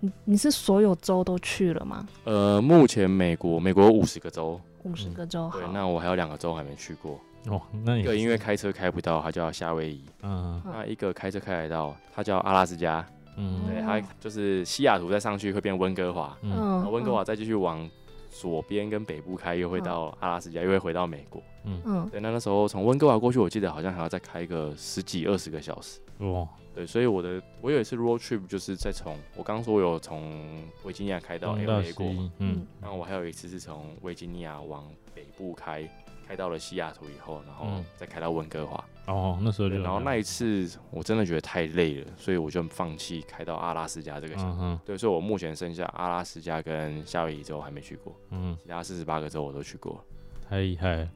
C: 你你是所有州都去了吗？
A: 呃，目前美国美国有五十个州，
C: 五十
B: 嗯
C: 个州，好
A: 对，，那我还有两个州还没去过，
B: 哇，哦那
A: 一
B: 也
A: 个
B: 是
A: 因为开车开不到，它叫夏威夷；
B: 嗯
C: 嗯
A: 那一个开车开得到，它叫阿拉斯加。
B: 嗯
A: 对，
C: 哦
A: 它就是西雅图再上去会变温哥华，
B: 嗯
A: 然
C: 嗯，
A: 后温哥华再继续往左边跟北部开，又会到阿拉斯加，又会回到美国。
C: 嗯，
A: 对，那那时候从温哥华过去，我记得好像还要再开个十几二十个小时。
B: 嗯，哇，
A: 对，所以我的我有一次 road trip 就是在从我刚说我有从维吉尼亚开到
B: 东到
A: LA
B: 西
A: 过嘛，，
B: 嗯
A: 然后我还有一次是从维吉尼亚往北部开，开到了西雅图以后，然后
B: 嗯
A: 再开到温哥华。
B: 哦，那时候就
A: 对，然后
B: 有
A: 那一次我真的觉得太累了，所以我就放弃开到阿拉斯加这个
B: 嗯哼
A: 对，所以我目前剩下阿拉斯加跟夏威夷州还没去过，
B: 嗯，
A: 其他四十八个州我都去过。
B: 太厉害了，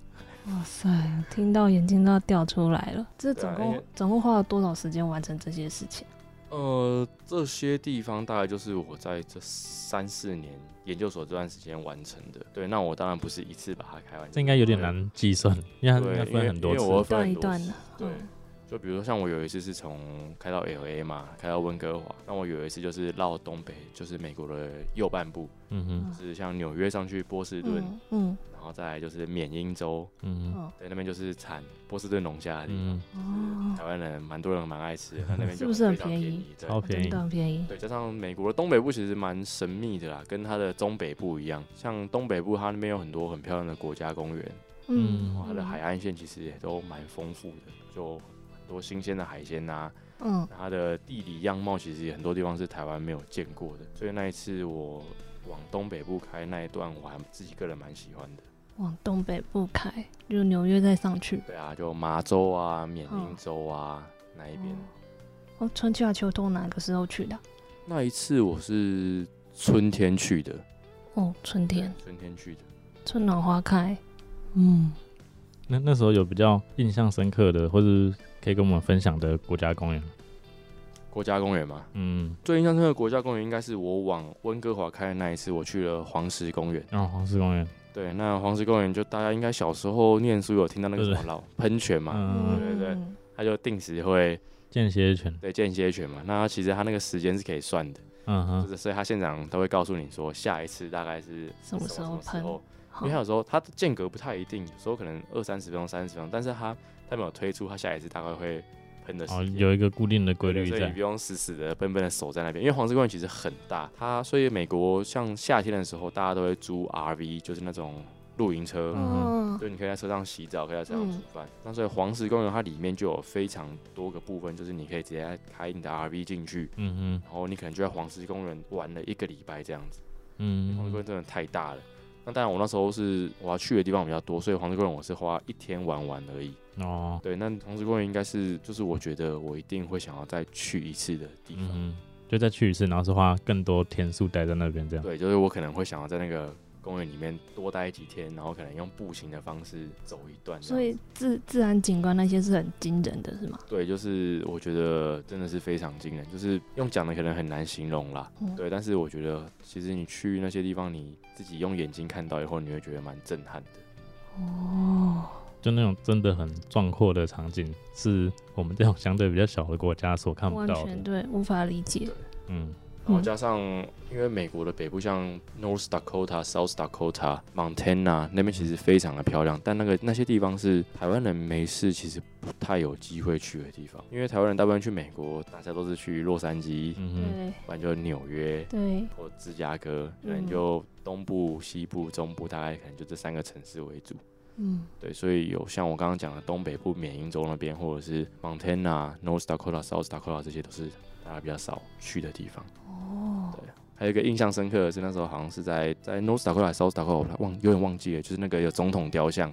C: 哇塞，听到眼睛都要掉出来了。这
A: 嗯对啊
C: 总
A: 因
C: 共
A: 为
C: 总共花了多少时间完成这些事情？
A: 呃，这些地方大概就是我在这三四年研究所这段时间完成的。对，那我当然不是一次把它开完，
B: 这应该有点。难计算，因为它应该
A: 对，因
B: 分
A: 为
B: 很多
A: 因为
B: 次，
A: 我会
C: 一段
A: 分很
C: 一
A: 多
C: 段
A: 次
C: 的
A: 对
C: 嗯，
A: 就比如说像我有一次是从开到 L A 嘛，开到温哥华，那我有一次就是绕东北，就是美国的右半部，
B: 嗯哼
A: 就是像纽约上去波士顿，
C: 嗯嗯
A: 然后再来就是缅因州，
B: 嗯哼
C: 哦
A: 对，那边就是产波士顿龙虾的地方。
B: 嗯，
C: 哦，
A: 台湾人蛮多人蛮爱吃的，那那 边
C: 是
A: 就
C: 不是很
A: 非常便
C: 便宜
A: 对
B: 超便
C: 哦真
B: 宜哦
C: 的，很便宜。
A: 对，加上美国的东北部其实蛮神秘的啦，跟它的中北部一样，像东北部它那边有很多很漂亮的国家公园，
B: 嗯
A: 它的
C: 嗯
A: 海岸线其实也都蛮丰富的，就很多新鲜的海鲜呐、
C: 嗯
A: 它的地理样貌其实也很多地方是台湾没有见过的，所以那一次我往东北部开那一段，我还自己个人蛮喜欢的。
C: 往东北部开，就纽约再上去。
A: 对啊，就麻州啊、缅
C: 嗯
A: 因州啊、那一边。
C: 哦，春夏秋冬哪个时候去的？
A: 那一次我是春天去的，
C: 哦，春天，
A: 春天去的。
C: 春暖花开。嗯，
B: 那那时候有比较印象深刻的，或是可以跟我们分享的国家公园，
A: 国家公园嘛，
B: 嗯，
A: 最印象深刻的国家公园应该是我往温哥华开的那一次，我去了黄石公园。
B: 然后嗯哦黄石公园，
A: 对，那黄石公园就大家应该小时候念书有听到那个什
B: 对
A: 么老喷泉嘛，
B: 嗯，
A: 对对它就定时会
B: 间歇泉，
A: 对间歇泉嘛。那它其实它那个时间是可以算的，
B: 嗯
A: 就
B: 哼，
A: 是所以它现场都会告诉你说下一次大概是
C: 什么时候
A: 么
C: 喷
A: 因为它有时候它的间隔不太一定，有时候可能二三十分钟、三十分钟，但是它它没有推出它下一次大概会喷的时
B: 哦，
A: 间。
B: 有一个固定的规
A: 对
B: 律
A: 所以你
B: 在
A: 不，用死死的笨笨的守在那边，因为黄石公园其实很大，它所以美国像夏天的时候，大家都会租 RV，就是那种露营车，
C: 嗯
A: 所以你可以在车上洗
B: 嗯
A: 澡，可以在车上煮饭。那所以黄石公园它里面就有非常多个部分，就是你可以直接开你的 RV 进去，
B: 嗯
A: 然后你可能就在黄石公园玩了一个礼拜这样子。
B: 哼，嗯
A: 黄石公园
B: 哼，
A: 真的太大了。那当然，我那时候是我要去的地方比较多，所以黄石公园我是花一天玩完而已。
B: 哦，
A: 对，那黄石公园应该是就是我觉得我一定会想要再去一次的地
B: 嗯
A: 方
B: 嗯。哼，就再去一次，然后是花更多天数待在那边这样，
A: 对，就是我可能会想要在那个公园里面多待几天，然后可能用步行的方式走一段这样子。
C: 所以自自然景观那些是很惊人的，是吗？
A: 对，就是我觉得真的是非常惊人，就是用讲的可能很难形容啦。
C: 嗯
A: 对，但是我觉得其实你去那些地方，你自己用眼睛看到以后，你会觉得蛮震撼的。
C: 哦，
B: 就那种真的很壮阔的场景，是我们这种相对比较小的国家所看不
C: 完
B: 到
C: 全
B: 的。
C: 对，无法理解。
B: 嗯，
A: 然后
C: 嗯
A: 加上，因为美国的北部像 North Dakota、South Dakota、Montana 那边其实非常的漂亮，但那个那些地方是台湾人没事其实不太有机会去的地方，因为台湾人大部分去美国，大家都是去洛杉矶，
B: 嗯
C: 对
A: 不然就纽约，
C: 对，
A: 或芝加哥，可
C: 嗯
A: 能就东部、西部、中部，大概可能就这三个城市为主。
C: 嗯，
A: 对，所以有像我刚刚讲的东北部缅因州那边，或者是 Montana、North Dakota、South Dakota 这些都是大家比较少去的地方。
C: 哦，
A: 还有一个印象深刻的是，那时候好像是在在 North Dakota 还是 South Dakota，我忘有点忘记了，就是那个有总统雕像，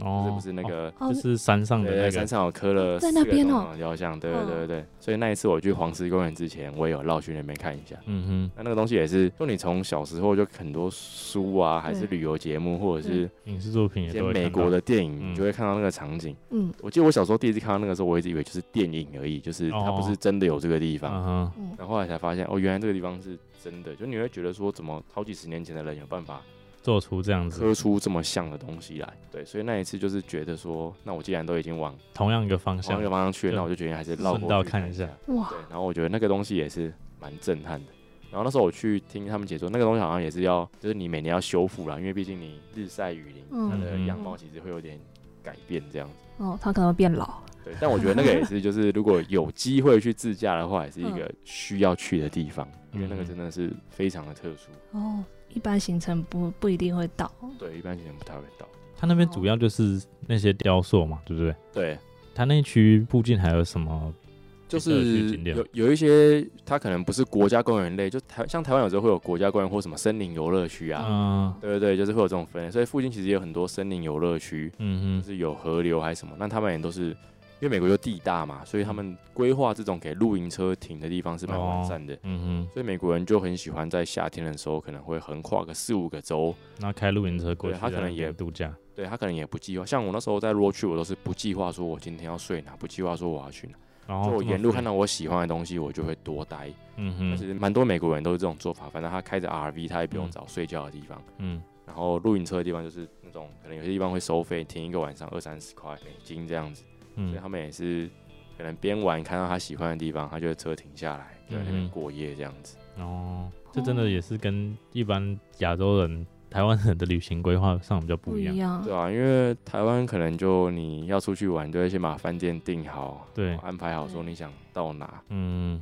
B: 哼，
A: 就是
B: 哦，
A: 不是那个、
C: 哦
B: 就，是山上的
A: 对
B: 那
A: 对，
B: 个
A: 山，上有刻了
C: 在
A: 四
C: 那
A: 个
C: 边
A: 总
C: 哦
A: 统的雕像，对对
C: 嗯
A: 对对对。所以那一次我去黄石公园之前，我也有绕去那边看一下。
B: 嗯
A: 那那个东西也是，就你从小时候就很多书啊，还是
C: 对
A: 旅游节目，或者是
B: 哼，影视作品
A: 一
B: 也
A: 些
B: 都会
A: 美
B: 看
A: 国
B: 到
A: 的电影，
B: 嗯
A: 你就会看到那个场景。
C: 嗯
A: 我记得我小时候第一次看到那个时候，我一直以为就是电影而已，就是它不
B: 哦
A: 是真的有这个地方。
B: 嗯哼，
C: 嗯，
A: 然后后来才发现，哦，原来这个地方是真的。就你会觉得说，怎么好几十年前的人有办法
B: 做出这样子
A: 刻出这么像的东西来？对，所以那一次就是觉得说，那我既然都已经往
B: 同样一个方
A: 往
B: 向
A: 那个，方向去了，
B: 就
A: 那我就决定还是绕
B: 顺
A: 过
B: 道
A: 去
B: 看
A: 看
B: 一
A: 下
B: 下。
C: 哇
A: 对，，然后我觉得那个东西也是蛮震撼的。然后那时候我去听他们解说，那个东西好像也是要，就是你每年要修复啦，因为毕竟你日晒雨淋，它
C: 嗯
A: 的
B: 嗯
A: 样貌其实会有点改变这样子。
C: 哦，他可能会变老，
A: 对，但我觉得那个也是，就是如果有机会去自驾的话，也是一个需要去的地方，
B: 嗯
A: 因为那个真的是非常的特殊。
C: 哦，一般行程不不一定会到，
A: 对，一般人不太会到。
B: 它那边主要就是那些雕塑嘛，对不对？
A: 对，
B: 它那一区附近还有什么？
A: 就
B: 比较有趣
A: 是
B: 景点
A: 有有一些它可能不是国家公园类，就台像台湾有时候会有国家公园或什么森林游乐区啊，
B: 嗯
A: 对对对，就是会有这种分类，所以附近其实也有很多森林游乐区，
B: 嗯
A: 就
B: 哼，
A: 是有河流还是什么，那他们也都是因为美国就地大嘛，所以他们规划这种给露营车停的地方是蛮完善的。
B: 嗯
A: 所以美国人就很喜欢在夏天的时候，可能会横跨个四五个州，
B: 哼，那开露营车过
A: 对
B: 去，
A: 它可能也
B: 度假，
A: 对他可能也不计划。像我那时候在 road trip，我都是不计划说我今天要睡哪，不计划说我要去哪，
B: 然
A: 就
B: 后哦
A: 我
B: 这么
A: 沿路
B: 肥
A: 看，到我喜欢的东西，我就会多待。
B: 嗯
A: 其
B: 哼，
A: 实蛮多美国人都是这种做法，反正他开着 RV，他也不用
B: 嗯
A: 找睡觉的地方。
B: 嗯，
A: 然后露营车的地方就是那种可能有些地方会收费，停一个晚上二三十块美金这样子，所以
B: 嗯
A: 他们也是可能边玩看到他喜欢的地方，他就会车停下来，就在那
B: 嗯
A: 边
B: 哼
A: 过夜这样子。
B: 哦，这真的也是跟一般亚洲人、台湾人的旅行规划上比较不
C: 不
B: 一样
C: 一。样
A: 对，啊，因为台湾可能就你要出去玩，就会先把饭店订好，
B: 对
A: 安排好说你想到哪。
B: 嗯，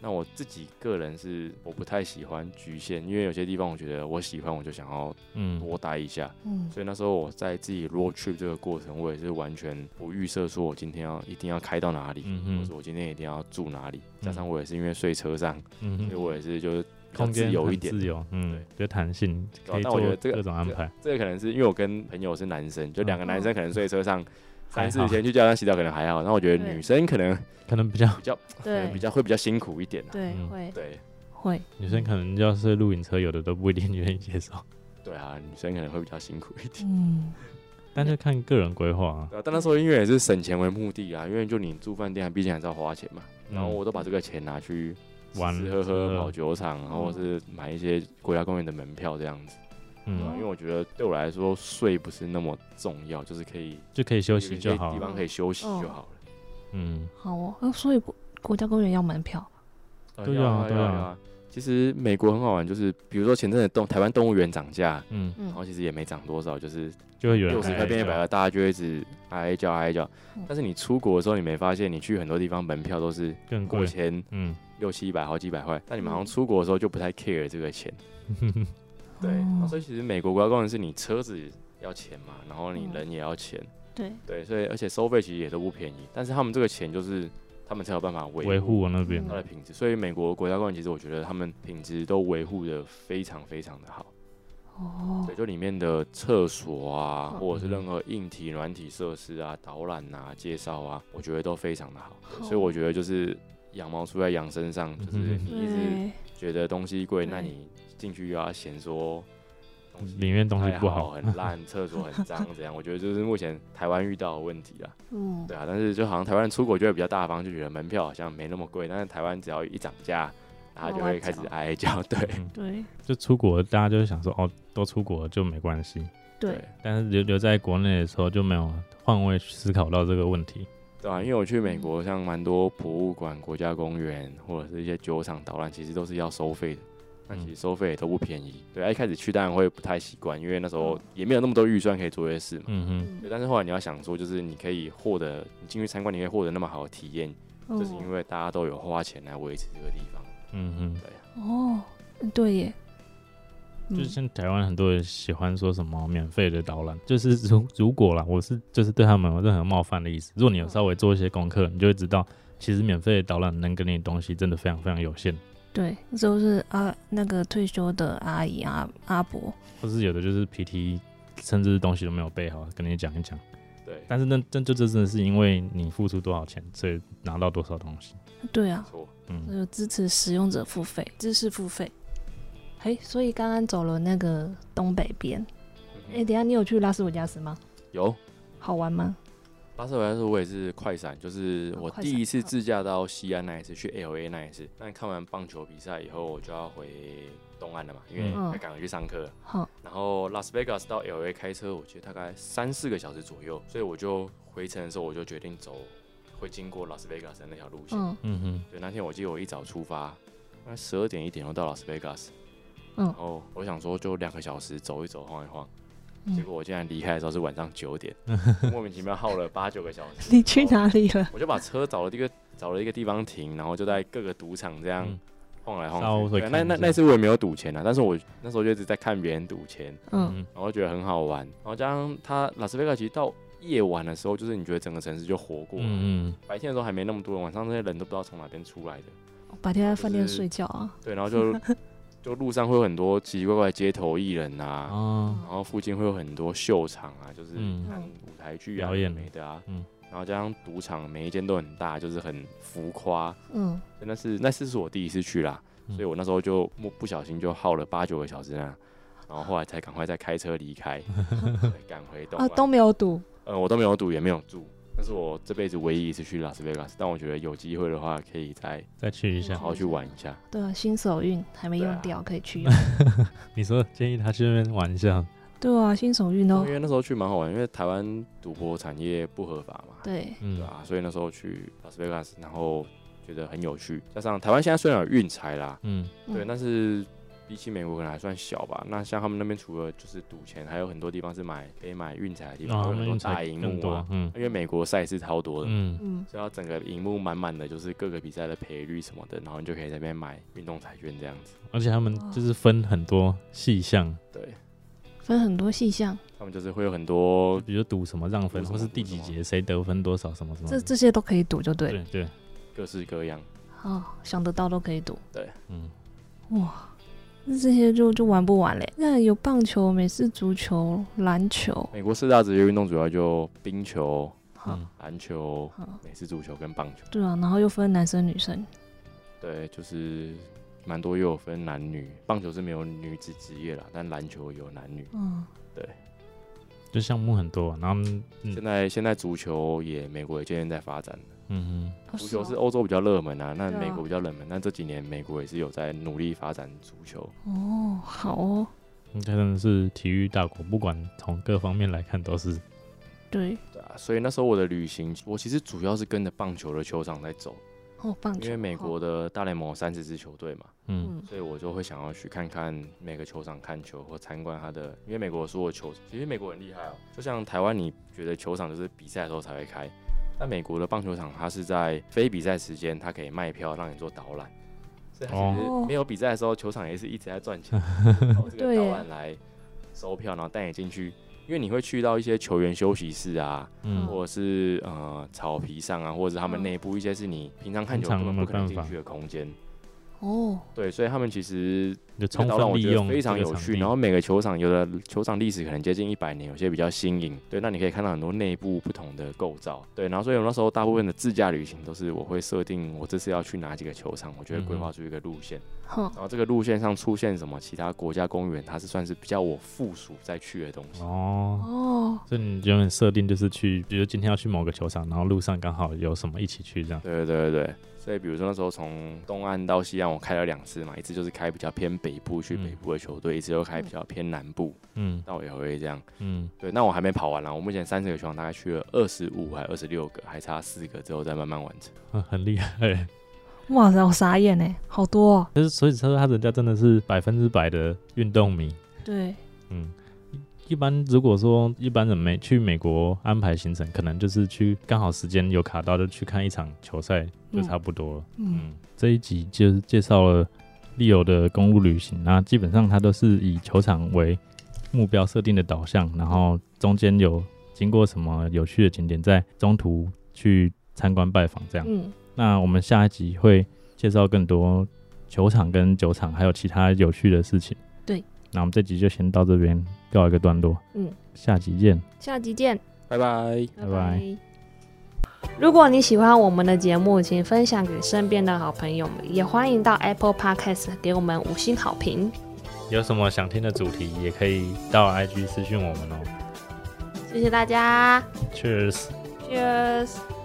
A: 那我自己个人是我不太喜欢局限，因为有些地方我觉得我喜欢，我就想要
B: 嗯，
A: 多待一下。
C: 嗯，
A: 所以那时候我在自己 road trip 这个过程，我也是完全不预设说我今天要一定要开到哪里，
B: 嗯哼
A: 或者我今天一定要住哪里。加上
B: 嗯
A: 我也是因为睡车上，
B: 嗯
A: 所以
B: 哼，
A: 我也是就是比较
B: 空
A: 自
B: 间
A: 由
B: 很
A: 一点。
B: 自由，嗯
A: 对，
B: 比较弹性，
A: 对啊
B: 可以
A: 但我觉
B: 做
A: 得这个
B: 各种安
A: 这个
B: 排。
A: 这个可能是因为我跟朋友是男生，就两个
C: 嗯
A: 男生可能睡车 上。
B: 还
A: 三四
B: 好
A: 天去加上洗澡可能还好，那我觉得
C: 对
A: 女生可能
B: 可能比较
A: 比较可能比
C: 对
A: 较会比较辛苦一点啊。
C: 对
B: 嗯
C: 会
A: 对
C: 会，
B: 女
A: 嗯
B: 生可能要是露营车，有的都不一定愿意 接受，
A: 对啊，女生可能会比较辛苦一点。
C: 嗯，
B: 但就看个人规划啊。
A: 对啊，但那时候因为也是省钱为目的啊，因为就你住饭店，毕竟还是要花钱嘛。然后
B: 嗯
A: 我都把这个钱拿去
B: 玩
A: 吃吃喝
B: 吃
A: 喝、
B: 喝嗯
A: 跑球场，然后是买一些国家公园的门票这样子。对啊
B: 嗯，
A: 因为我觉得对我来说睡不是那么重要，就是可以
B: 就可以休
A: 有
B: 息
A: 一
B: 就
A: 些
B: 好
A: 地。方可以休息
C: 嗯
A: 就好了。
B: 嗯，
C: 好哦，呃所以国国家公园要门票，
A: 呃
B: 对
A: 要
B: 啊对
A: 要
B: 啊
A: 要其实美国很好玩，就是比如说前阵子动台湾动物园涨价，
B: 嗯，啊
C: 嗯
A: 然后其实也没涨多少，就是
B: 就会有人
A: 六十
B: 来
A: 块变一百
B: 就
A: 块，大家就会一直哀叫哀叫
C: 嗯。
A: 但是你出国的时候，你没发现你去很多地方门票都是
B: 更
A: 过
B: 贵。
A: 千
B: 嗯，
A: 六七百、好几百块，但你们好像
C: 嗯
A: 出国的时候就不太 care 这个钱。 对，
B: 哦
A: 然后所以其实美国国家公园是你车子要钱嘛，然后你
C: 嗯
A: 人也要钱，
C: 对，
A: 对，所以而且收费其实也都不便宜，但是他们这个钱就是他们才有办法
B: 维
A: 维嗯
B: 护我那边
A: 它的品质，所以美国国家公园其实我觉得他们品质都维护的非常非常的好。
C: 哦
A: 对，，就里面的厕所啊，
C: 嗯
A: 或者是任何硬体、软体设施啊、导览啊、介绍啊，我觉得都非常的好。对所以
C: 好
A: 我觉得就是羊毛出在羊 身上，就是
B: 嗯哼
A: 你一直
C: 对，
A: 觉得东西贵，那
C: 对
A: 你进去又要嫌说东西
B: 里面东西
A: 太
B: 不
A: 好，
B: 好，
A: 很烂，厕所很脏，怎样？我觉得就是目前台湾遇到的问题啦。
C: 嗯，
A: 对啊，但是就好像台湾人出国就会比较大方，就觉得门票好像没那么贵，但是台湾只要一涨价，大家就会开始哀哀叫。对
C: 对
B: 嗯就出国大家就会想说哦，都出国了就没关系，
C: 对，
B: 但是留留在国内的时候就没有换位思考到这个问题。
A: 对啊，因为我去美国，像蛮多博物馆、国家公园或者是一些酒厂导览，其实都是要收费的。
B: 嗯
A: 那其实收费也都不便宜。对啊，一开始去当然会不太习惯，因为那时候也没有那么多预算可以做这些事嘛。
B: 嗯哼，
A: 对，但是后来你要想说，就是你可以获得，你进去参观，你可以获得那么好的体验，
C: 嗯
A: 就是因为大家都有花钱来维持这个地方。
B: 嗯哼。
A: 对啊，
C: 哦，对耶，
B: 就
C: 嗯
B: 像台湾很多人喜欢说什么免费的导览，就是如如果啦，我是就是对他们有任何冒犯的意思。如果
A: 嗯
B: 你有稍微做一些功课，你就会知道，其实免费的导览能给你的东西真的非常非常有限，
C: 对，就是啊，那个退休的阿姨阿阿伯，
B: 或是有的就是 PT，甚至东西都没有备好，跟你讲一讲。
A: 对，
C: 嗯
B: 但是那那就这真的是因为你付出多少钱，所以拿到多少东西。
C: 对啊
A: 没，错。
B: 嗯，
C: 就支持使用者付费，知识付费。哎，所以刚刚走了那个东北边，哎、
A: 嗯
C: 等一下你有去拉斯维加斯吗？
A: 有
C: 好玩吗？
A: 巴斯维加斯，我也是快闪，就是
C: 哦
A: 我
C: 快
A: 第
C: 闪
A: 一次
C: 嗯
A: 自驾到西安那一次，去 L A 那一次。但看完棒球比赛以后，我就要回东岸了嘛，因为
C: 嗯
A: 要赶回去上课。
C: 好，
A: 然后拉斯维加斯到 L A 开车，我觉得大概三四个小时左右，所以我就回程的时候，我就决定走会经过拉斯维加斯的那条路线。
C: 嗯
B: 嗯哼，
A: 对，那天我记得我一早出发，大概十二点一点就到拉斯维加斯。
C: 嗯
A: 然后我想说就两个小时走一走晃一晃，
C: 嗯
A: 结果我竟然离开的时候是晚上九 点，莫名其妙耗了八九个小时。
C: 你去哪里了？
A: 我就把车找了一个找了一个地方停，然后就在各个赌场这样
B: 嗯
A: 晃来
B: 稍
A: 晃
B: 微
A: 去。对啊那
B: 看一
A: 那
B: 下
A: 那次我也没有赌钱啊，但是我那时候就一直在看别人赌钱，
C: 嗯，
B: 嗯
A: 然后觉得很好玩。然后加上它拉斯维加其实到夜晚的时候，就是你觉得整个城市就活过了，
B: 嗯
A: 白天的时候还没那么多人，晚上那些人都不知道从哪边出来的。
C: 白天在
A: 就是
C: 饭店睡觉啊。
A: 对，然后就就路上会有很多奇奇怪怪的街头艺人
B: 嗯
A: 啊，
B: 啊，
A: 然后附近会有很多秀场啊，就是
B: 嗯
A: 看舞台剧啊、
B: 表演
A: 没的啊，
B: 嗯
A: 然后加上赌场，每一间都很大，就是很浮夸。
C: 嗯，
A: 所以那是那次是我第一次去啦，
B: 嗯
A: 所以我那时候就不不小心就耗了八九个小时啊，然后后来才赶快再开车 离开，对赶回东
C: 啊
A: 岸。
C: 都没有赌，
A: 呃，我都没有赌，也没有住。那是我这辈子唯一一次去拉斯维加斯，但我觉得有机会的话，可以再
B: 再去一下
A: 好。好去玩一下。
C: 对啊，新手运还没
A: 对啊
C: 用掉，可以 去用。
B: 你说建议他去那边玩一下，
C: 对啊，新手运哦
A: 因，为那时候去蛮好玩，因为台湾赌博产业不合法嘛，
C: 对，
B: 嗯
A: 对啊，所以那时候去拉斯维加斯，然后觉得很有趣。加上台湾现在虽然有运财啦，
B: 嗯
C: 嗯
A: 对，但是比起美国可能还算小吧。那像他们那边除了就是赌钱，还有很多地方是买可以买运彩的地方，
B: 啊
A: 有很多
B: 运彩
A: 大荧
B: 更
A: 幕
B: 多
A: 啊，。
B: 嗯
A: 因为美国赛事超多的，
B: 嗯
C: 嗯，
A: 所以它整个荧幕满满的，就是各个比赛的赔率什么的，然后你就可以在那边买运动彩券这样子。
B: 而且他们
C: 哦
B: 就是分很多细项，
A: 对
C: 分很多细项，
A: 他们就是会有很多
B: 比如赌什么让分，
A: 哦赌
B: 或
A: 什么
B: 是第几节谁得分多少什么什
A: 嗯
B: 么。
C: 这这些都可以赌就对了。
B: 对对，
A: 各式各样。
C: 哦，想得到都可以赌。
B: 嗯，
C: 哇，那这些就就玩不完嘞。那有棒球、美式足球、篮球，
A: 美国四大职业运动主要就冰球、
C: 好、
B: 嗯
A: 篮球、
C: 好，
A: 美式足球跟棒球，
C: 对啊，然后又分男生女生。
A: 对，就是蛮多又有分男女，棒球是没有女子职业啦，但篮球有男女。
C: 嗯，
B: 就项目很多，然后嗯
A: 现
B: 嗯
A: 在现在足球也美国也渐渐在发展，
B: 嗯
A: 足球是欧洲比较热门啊，那
C: 哦对啊
A: 美国比较冷门，但这几年美国也是有在努力发展足球。
C: 哦，好哦，
B: 哼，这真的是体育大国，不管从各方面来看都是，
C: 对，
A: 对啊，所以那时候我的旅行，我其实主要是跟着棒球的球场在走，
C: 哦，棒球，
A: 因为美国
C: 哦，
A: 的大联盟三十支球队嘛，
B: 嗯
C: 嗯，
A: 所以我就会想要去看看每个球场看球或参观它的，因为美国所有球，其实美国很厉害哦。就像台湾，你觉得球场就是比赛的时候才会开，但美国的棒球场它是在非比赛时间，它可以卖票让你做导览，所以它其
C: 哦
A: 实没有比赛的时候，球场也是一直在 赚钱，靠这个
C: 对耶
A: 导览来收票，然后带你进去。因为你会去到一些球员休息室啊，
B: 嗯
A: 或者是呃草皮上啊，或者是他们
C: 嗯
A: 内部一些是你平常看球
B: 平常
A: 根本不可能
B: 没办
A: 进
B: 法
A: 去的空间。
C: 哦，
A: 对，所以他们其实
B: 就
A: 那
B: 充
A: 个导览
B: 分
A: 我
B: 利
A: 觉得
B: 用
A: 非常
B: 这个
A: 有
B: 场
A: 趣。
B: 地
A: 然后每个球场有的球场历史可能接近一百年，有些比较新颖。对，那你可以看到很多内部不同的构造。对，然后所以我那时候大部分的自驾旅行都是我会设定我这次要去哪几个球场，我就会规
B: 嗯哼
A: 划出一个路线。
C: 哼，
A: 然后这个路线上出现什么其他国家公园，它是算是比较我附属再去的东西。
B: 哦，
C: 哦，
B: 所以你原本设定就是去，比如今天要去某个球场，然后路上刚好有什么一起去这样。
A: 对对对对，所以比如说那时候从东岸到西岸，我开了两次嘛，一次就是开比较偏北部去
B: 嗯
A: 北部的球队，一次又开比较偏南部，
B: 嗯
A: 那我也会这样。
B: 嗯，
A: 对，那我还没跑完啦，我目前三十个球场大概去了二十五还二十六个，还差四个之后再慢慢完成。
B: 啊很厉害。
C: 哇塞，我傻眼哎，好多、哦。
B: 但是所以他说他人家真的是百分之百的运动迷。
C: 对，
B: 嗯，一般如果说一般人没去美国安排行程，可能就是去刚好时间有卡到，就去看一场球赛就
C: 嗯
B: 差不多了。
C: 嗯，
B: 嗯，这一集就是介绍了利友的公路旅行，那基本上它都是以球场为目标设定的导向，然后中间有经过什么有趣的景点，在中途去参观拜访这样。
C: 嗯，
B: 那我们下一集会介绍更多球场跟酒厂，还有其他有趣的事情。
C: 对，
B: 那我们这集就先到这边告一个段落。
C: 嗯，
B: 下集见。
D: 下集见。
A: 拜拜。
B: 拜拜。
D: 如果你喜欢我们的节目，请分享给身边的好朋友们，也欢迎到 Apple Podcast 给我们五星好评。
B: 有什么想听的主题，也可以到 IG 私讯我们哦。
D: 谢谢大家
B: Cheers。
D: ，Cheers。